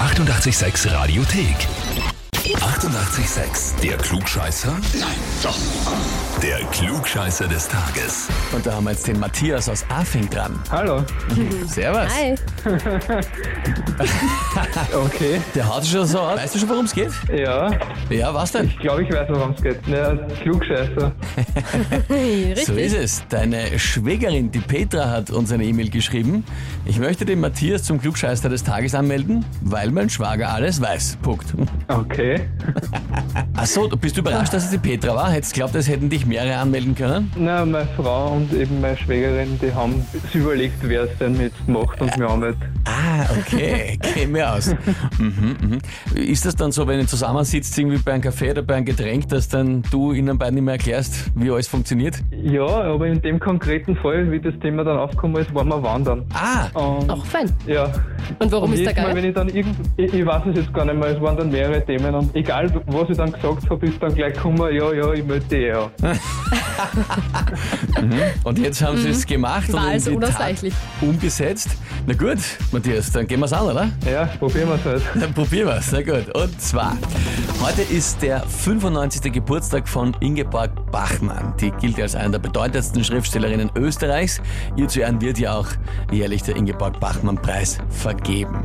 886 Radiothek. 88,6. Der Klugscheißer? Nein, doch. Der Klugscheißer des Tages. Und da haben wir jetzt den Matthias aus Afing dran. Hallo. Servus. Hi. Okay. Der haut schon so ab. Weißt du schon, worum es geht? Ja, Ja, was denn? ich glaube, ich weiß, worum es geht. Naja, Klugscheißer. Richtig. So ist es. Deine Schwägerin, die Petra, hat uns eine E-Mail geschrieben. Ich möchte den Matthias zum Klugscheißer des Tages anmelden, weil mein Schwager alles weiß. Punkt. Okay. Ach so, du bist überrascht, dass es die Petra war? Hättest glaubt, es hätten dich mehrere anmelden können? Na, meine Frau und eben meine Schwägerin, die haben sich überlegt, wer es denn jetzt macht und mir auch nicht. Ah, okay. Geh mir aus. Mhm, mhm. Ist das dann so, wenn ihr zusammensitzt, irgendwie bei einem Kaffee oder bei einem Getränk, dass dann du ihnen beiden immer erklärst, wie alles funktioniert? Ja, aber in dem konkreten Fall, wie das Thema dann aufgekommen ist, waren wir wandern. Ah, Und, Auch fein. Ja. Und warum und ist der jedes Mal, geil? wenn ich dann irgend, ich, ich weiß es jetzt gar nicht mehr, es waren dann mehrere Themen und egal, was ich dann gesagt habe, ist dann gleich gekommen, ja, ja, ich möchte eh auch. Und jetzt haben sie es gemacht War und in also die Tat unausweichlich. umgesetzt. Na gut, Matthias, dann gehen wir es an, oder? Ja, probieren wir es halt. Dann probieren wir es. Na gut. Und zwar, heute ist der 95. Geburtstag von Ingeborg Bachmann. Die gilt als eine der bedeutendsten Schriftstellerinnen Österreichs. Ihr zu Ehren wird ja auch jährlich der Ingeborg Bachmann-Preis vergeben.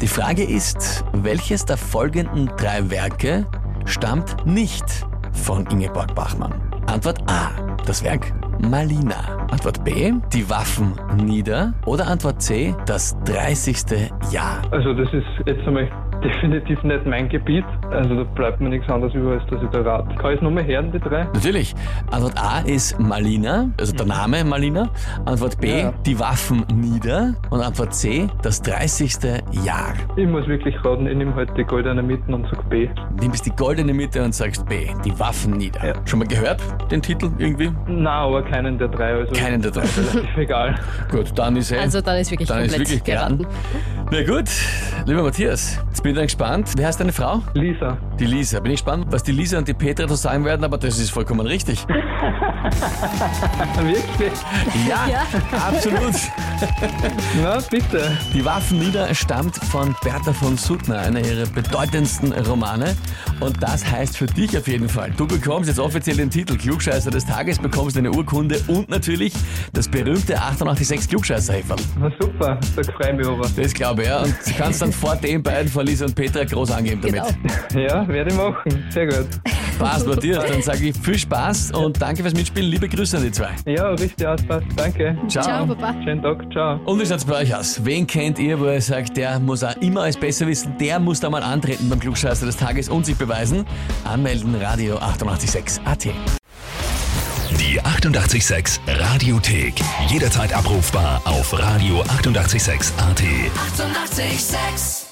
Die Frage ist, welches der folgenden drei Werke stammt nicht von Ingeborg Bachmann? Antwort A. Das Werk Malina. Antwort B. Die Waffen nieder. Oder Antwort C. Das 30. Jahr. Also das ist jetzt einmal definitiv nicht mein Gebiet. Also da bleibt mir nichts anderes über, als dass ich da rate. Kann ich es nochmal hören, die drei? Natürlich. Antwort A ist Malina, also der Name Malina. Antwort B, Mhm. Ja. die Waffen nieder. Und Antwort C, das 30. Jahr. Ich muss wirklich raten, ich nehme halt die goldene Mitten und sag B. Nimmst die goldene Mitte und sagst B, die Waffen nieder. Ja. Schon mal gehört, den Titel irgendwie? Na, aber keinen der drei. Also Keinen der drei. Relativ egal. Gut, dann ist er. Also dann ist wirklich dann ist komplett wirklich geraten. geraten. Na gut, lieber Matthias, jetzt bin ich dann gespannt. Wie heißt deine Frau? Lisa, Die Lisa. Bin ich gespannt, was die Lisa und die Petra so sagen werden, aber das ist vollkommen richtig. wirklich? Ja, Ja. absolut. Na, bitte. Die Waffen nieder stammt von Bertha von Suttner, einer ihrer bedeutendsten Romane. Und das heißt für dich auf jeden Fall, du bekommst jetzt offiziell den Titel Klugscheißer des Tages, bekommst eine Urkunde und natürlich das berühmte 886 klugscheißer -Häferl. Na super, da freue ich mich aber. Das glaube ich, ja. Und du kannst dann vor den beiden, vor Lisa und Petra, groß angeben damit. Genau. Ja, werde ich machen. Sehr gut. Passt, Matthias. Dann sage ich viel Spaß und danke fürs Mitspielen. Liebe Grüße an die zwei. Ja, richtig Auspass. Danke. Ciao, Papa. Schönen Tag, ciao. Und wie schaut's bei euch aus? Wen kennt ihr, wo ihr sagt, der muss auch immer alles besser wissen, der muss da mal antreten beim Klugscheißer des Tages und sich beweisen? Anmelden, Radio 886 AT. Die 88,6 Radiothek. Jederzeit abrufbar auf radio886.at. 88,6. Eighty-eight, sex.